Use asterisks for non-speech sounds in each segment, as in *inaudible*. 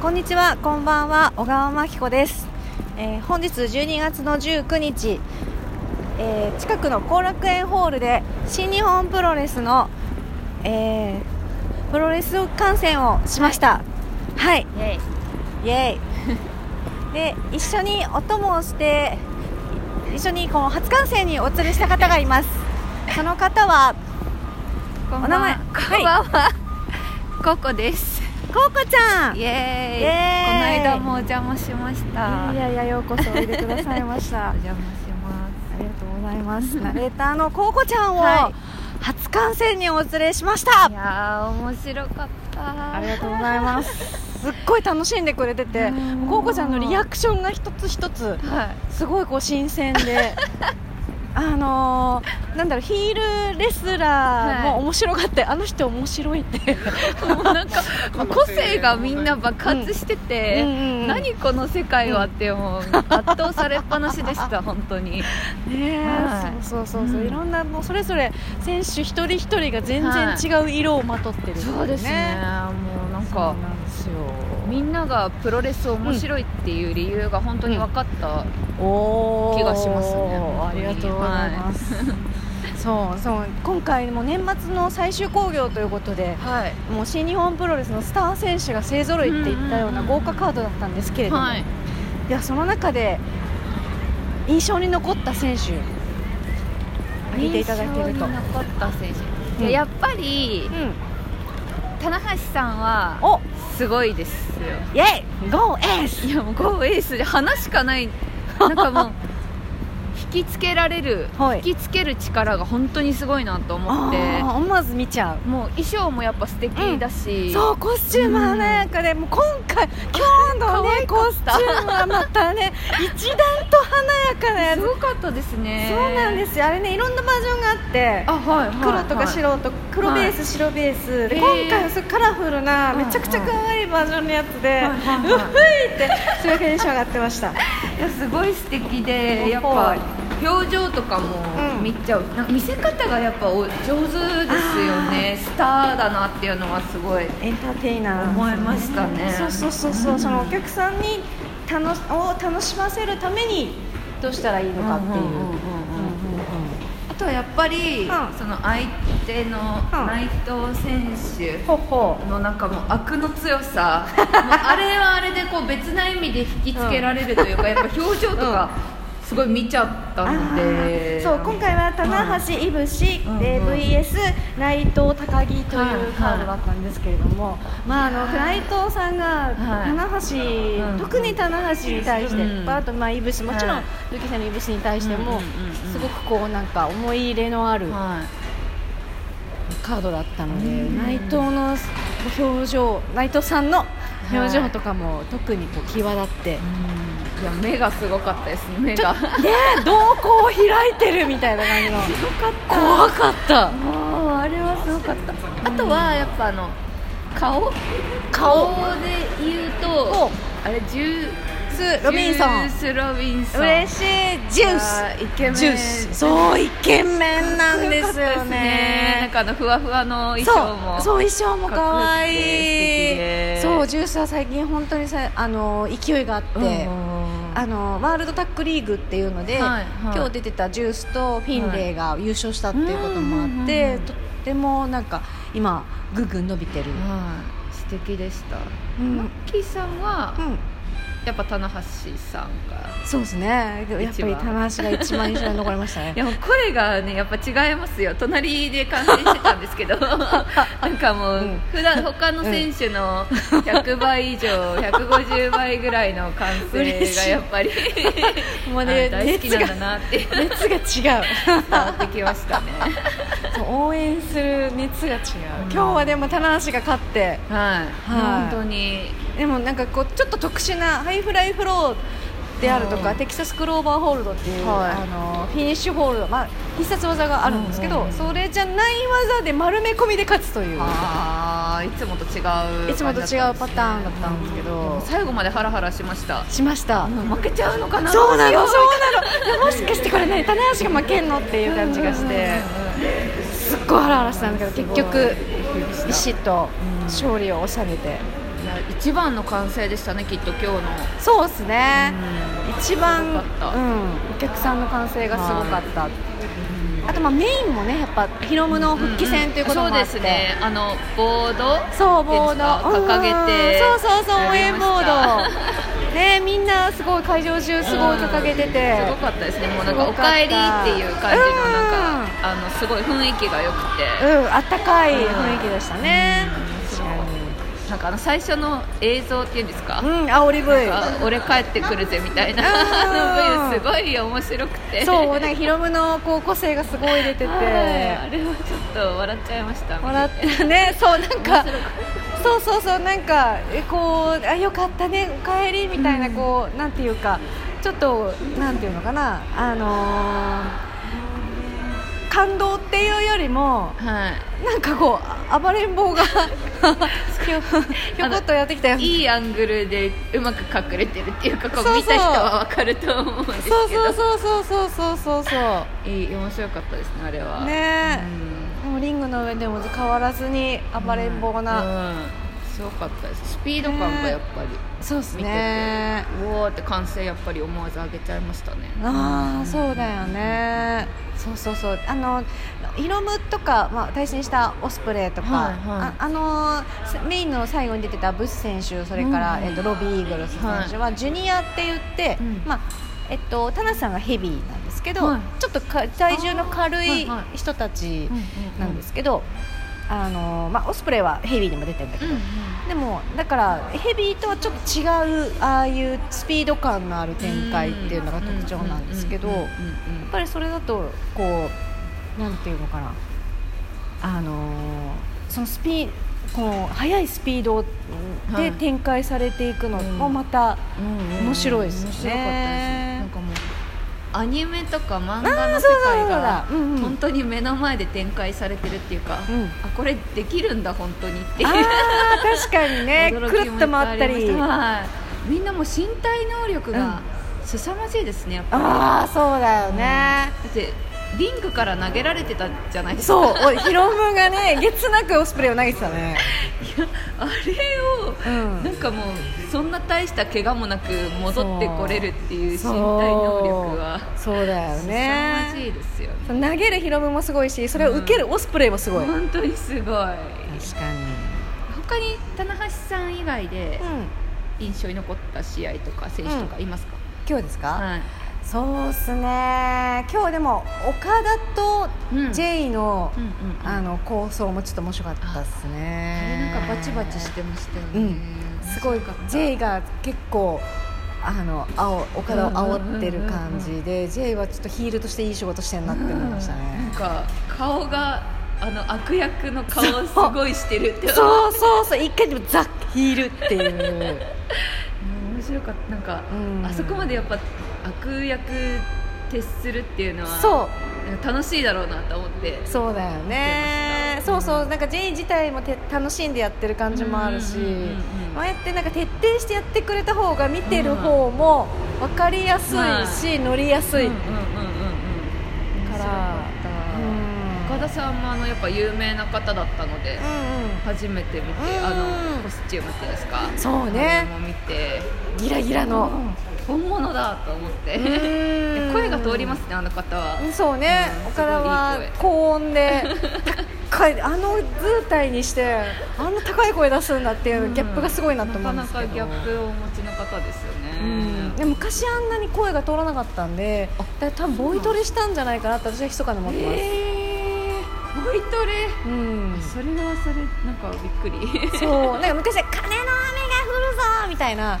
こんにちは、こんばんは、小川真紀子です。えー本日12月の19日、えー近くの後楽園ホールで新日本プロレスの、えープロレス観戦をしました。はい、イエイイエーイで一緒にお供をしてい一緒にこう初観戦にお連れした方がいますその方はこんばんはお名前こんばんは、コ *laughs* コですコウコちゃんイいエーイイエーイこの間もお邪魔しましたやいやようこそおいでくださいましたあお邪魔しまりがとうございますナレーターのコウコちゃんをはい初観戦にお連れしましすいたやー面白かったありがとうございますすっごい楽しんでくれててうんコウコちゃんのリアクションが一つ一つはいすごいこう新鮮であのー、なんだろうヒールレスラーも面白がって、あの人面白いって、もうなん *laughs* か個性がみんな爆発してて、うんうんうん何この世界はっ *laughs* てもう圧倒されっぱなしでした本当にねはいそうそうそうそう、うんいろんなもうそれぞれ選手一人一人が全然はい違う色をまとってるっていそうですねもうなんそうかなんですよみんながプロレス面白いっていう理由が本当に分かった、おー気がしますねあ本当りにがとうございます、そうそう今回も年末の最終興行ということではいもう新日本プロレスのスター選手が勢ぞろいっていったような豪華カードだったんですけれども、はいいやその中で印象に残った選手挙げていただける印と象に残った選手、うんやっぱりうん棚橋さんはおすごいですよイエイゴーエースいやもうゴーエースで花しかないなんかもう *laughs* 引きつけられる、はい引きつける力が本当にすごいなと思ってあー思わず見ちゃうもう衣装もやっぱ素敵だし、そうコスチュームはねなんかねもう今回今 *laughs* 日のねコスチュームはまたね一段と華やかなやつすごかったですねそうなんですすよあれねいろんなバージョンがあってあはい、はい、黒とか白と黒ベース白ベースでへ今ー回はすごいカラフルなめちゃくちゃ可愛いバージョンのやつではうっふいはいいはいってすごいテンション上がってましたいやすごい素敵でやっはぱい表情とかうもん見ちゃう、なんか見せ方がやっぱお上手ですよねスターだなっていうのはすごいエンターテイナー思いましたねそうそうそうそう、そのお客さんに楽しを楽しませるためにどうしたらいいのかっていう,、うんうんうんうんうんあとはやっぱり、うんその相手のうん内藤選手、ほほのなんかもう悪の *laughs* 強さもうあれはあれでこう別な意味で引きつけられるというか、やっぱ表情とかすごい見ちゃったので、そう今回は棚橋いぶし、うんうんで VS 内藤高木というカードだったんですけれども、まああの内藤さんがはい棚橋、うん特に棚橋に対して、うんあとまあいぶしもちろん、はいルキさんのいぶしに対しても、うんうんうんうんすごくこうなんか思い入れのあるはいカードだったので、うん内藤の表情内藤さんの表情とかも特にこう際立って、いや目がすごかったですね目ちょがっとねえ瞳孔を開いてるみたいな感じのかった怖かったもうあれはすごかったあとはやっぱあの顔顔で言うおとあれジュースロビンソンジュースロビンソン嬉しいジューあスイケメンジュースそうイケメンなんですかっこよかったですねなんねかあのふわふわの衣そう装もそう衣装も可愛かっこよくて素敵いでそうジュースは最近本当にさあの勢いがあって、うんあのワールドタックリーグっていうので、はいはい今日出てたジュースとフィンレイが優勝したっていうこともあって、はいうんうんうんうんとってもなんか今ぐんぐん伸びてる、はい素敵でした、うんマッキーさんは、うんやっぱ棚橋さんがそうですねやっぱり棚橋が一番印象に残りましたね *laughs* いやもう声がねやっぱ違いますよ隣で観戦してたんですけど *laughs* なんかもう、うん普段他の選手の100倍以上、150倍ぐらいの歓声嬉がしいやっぱりもうあね *laughs* 大好きなんだなって伝熱が違うわってきましたねそう応援する熱が違う、うん今日はでも棚橋が勝ってはい、はい本当にでもなんかこうちょっと特殊なハイフライフローであるとか、うんテキサスクローバーホールドっていう、はいあのフィニッシュホールド、まあ、必殺技があるんですけど、うんそれじゃない技で丸め込みで勝つというああいつもと違ういつもと違うパターンだったんですけど、うん最後までハラハラしましたしました、もう負けちゃうのかなそうなどのしそようなのいやもしかしてこれね棚橋が負けんのっていう感じがしてすっごいハラハラしたんだけど結局ビシッと勝利を収めてういや一番の歓声でしたねきっと今日の、うん、そうですね、一番、すうんごかった、お客さんの歓声がすごかった、あとまあメインもねやっぱヒロムの復帰戦ということもあって、そうですねあのボードそうボードですか掲げてうんそうそうそう応や援りまボしたード *laughs* ねみんなすごい会場中すごい掲げててすごかったですねもうなんすごか「おかったかえり」っていう感じのなんうんかあのすごい雰囲気が良くて、うんあったかい雰囲気でしたねそうなんかあの最初の映像っていうんですか、うん煽り V あ俺帰ってくるぜみたいなうんあの V すごい面白くてそうなんかヒロムの高校生がすごい出ててはいあれはちょっと笑っちゃいました笑ってねそうなんかそうそうそうなんかえこうあよかったねおかえりみたいな、うんこうなんていうかちょっとなんていうのかなあのー感動っていうよりもはいなんかこうあ暴れん *laughs* 坊がひょひょこっとやってきたよいいアングルでうまく隠れてるっていうかこそうそうう見た人は分かると思うんですけどそうそうそうそうそうそうそうそういい面白かったですねあれはねうでもんリングの上でも変わらずに暴れん坊な、うんすごかったですスピード感がやっぱり、そうです見てて、ねうおーって歓声やっぱり思わず上げちゃいましたねああそうだよねそうそうそうあのヒロムとか、まあ、対戦したオスプレイとか、はいはいああのせメインの最後に出てたブス選手それから、うんえっとロビー・イーグルス選手は、ジュニアって言って、うんまあえっと、田無さんがヘビーなんですけど、はいちょっとか体重の軽いあーはいはい人たちうんなんですけど、あのまあ、オスプレイはヘビーにも出てるんだけうど、んうんでもだからヘビーとはちょっと違うああいうスピード感のある展開っていうのが特徴なんですけどうんうんうんやっぱりそれだとこうなんていうのかなあのーそのスピこの速いスピードはでい展開されていくのもうんまた、うんうんうん面白いですね面白かったですなんかもうアニメとか漫画の世あーそうだそうだ界がうんうん本当に目の前で展開されてるっていうか、うんあこれできるんだ本当にっていうああ確かにねく *laughs* 驚きるっと回ったりもいぱいありましたはいみんなもう身体能力が凄まじいですねやっぱりああそうだよね、だってリングから投げられてたじゃないですかそうおいヒロムがねゲツなくオスプレイを投げてたねあれを、うんなんかもうそんな大した怪我もなく戻ってこれるっていう身体そう能力はそうだよ凄ねまじいですよね投げるヒロムもすごいしそれを受けるオスプレイもすごい、本当にすごいかに他に棚橋さん以外でうん印象に残った試合とか選手とかいますか、今日ですか、はいそうっすね今日でも岡田とうん J の、うんうんうんあの構想もちょっと面白かったっすあれねなんかバチバチしてましたよね、うんすごい面白かった J が結構あの煽岡田を煽ってる感じで、J はちょっとヒールとしていい仕事してんなって思いましたうんなんね、か顔があの悪役の顔をすごいしてるってそうそうそう一回でもザッヒールっていううん面白かったなんか、うんあそこまでやっぱ悪役徹するっていうのはそう楽しいだろうなと思ってそうだよね見てましたそうそうなんか J 自体もて楽しんでやってる感じもあるしうんうんうんうんああやってなんか徹底してやってくれた方が見てる方も分かりやすいし乗りやすい、うんうんうんうんうんから面白かった岡田さんもあのやっぱ有名な方だったのでうん初めて見てうんあのコスチュームっていうんですかそうねあれも見てうんギラギラの、本物だと思ってうん声が通りますねあの方はそうね、うん岡田はすごいいい高音 *laughs* で高いあの図体にしてあんな高い声出すんだっていうギャップがすごいなと思うんですけど、なかなかギャップをお持ちの方ですようんでねも昔あんなに声が通らなかったんでだから多分ボイトレしたんじゃないかなって私は密かに思ってます、えーボイトレうんそれはそれなんかびっくりそうなんか昔「金の雨が降るぞ」みたい *laughs* なあんま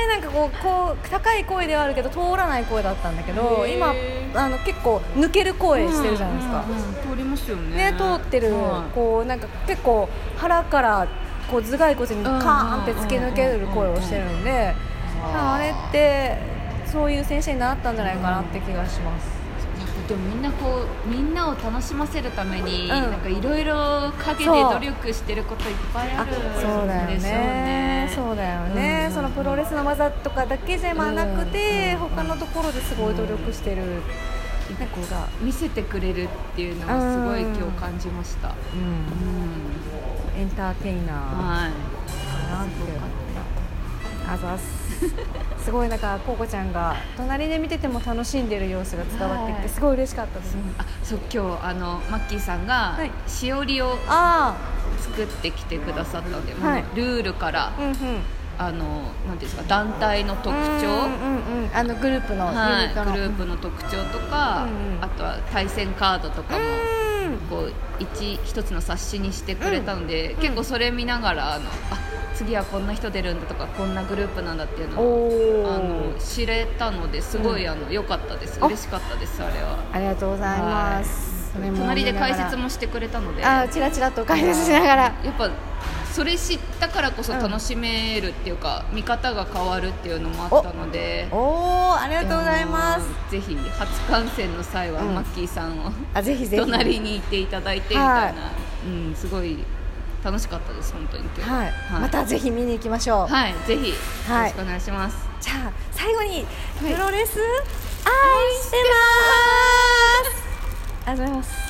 りなんかこうこう高い声ではあるけど通らない声だったんだけどへー今あの結構抜ける声してるじゃないですか、うんうんうん通りますよねね通ってる、はいこうなんか結構腹からこう頭蓋骨にカーンって突き抜ける声をしてるんでうんうんうんうんああれってそういう先生になったんじゃないかなって気がします、でもみんなこうみんなを楽しませるために、んなんかいろいろ陰でそう努力してることいっぱいあるそうだよでねしょうねそうだよね、うんそのプロレスの技とかだけじゃなくて、うん他のところですごい努力してる子が、見せてくれるっていうのはすごい今日感じました、うん、エンターテイナーかはいなとあざっすすごいなんかこうこちゃんが隣で見てても楽しんでる様子が伝わってきはていすごい嬉しかったです、あそう今日あのマッキーさんがはいしおりをあ作ってきてくださったので、もうはいルールからあうんうんあのなんていうんですか団体の特徴、うんうんうんあのグループのユニはい、ットの、グループの特徴とか、うんうんあとは対戦カードとかも、こう一一つの冊子にしてくれたので、ん結構それ見ながらあのあ次はこんな人出るんだとかこんなグループなんだっていううんおのをあおの知れたのですごい、うんあの良かったですあ嬉しかったですあれはありがとうございます、それも隣で解説見もしてくれたのでながらああチラチラと解説しながらやっぱそれ知ったからこそ楽しめるっていうか、見方が変わるっていうのもあったのでおおありがとうございますぜひ初観戦の際はうんマッキーさんを、あぜひぜひ隣に行っていただいてみたいな、うん、すごい楽しかったです本当に今日はい、またぜひ見に行きましょう、はいぜひよはいろしくお願いします、じゃあ最後にプいロレス愛してますありがとうございます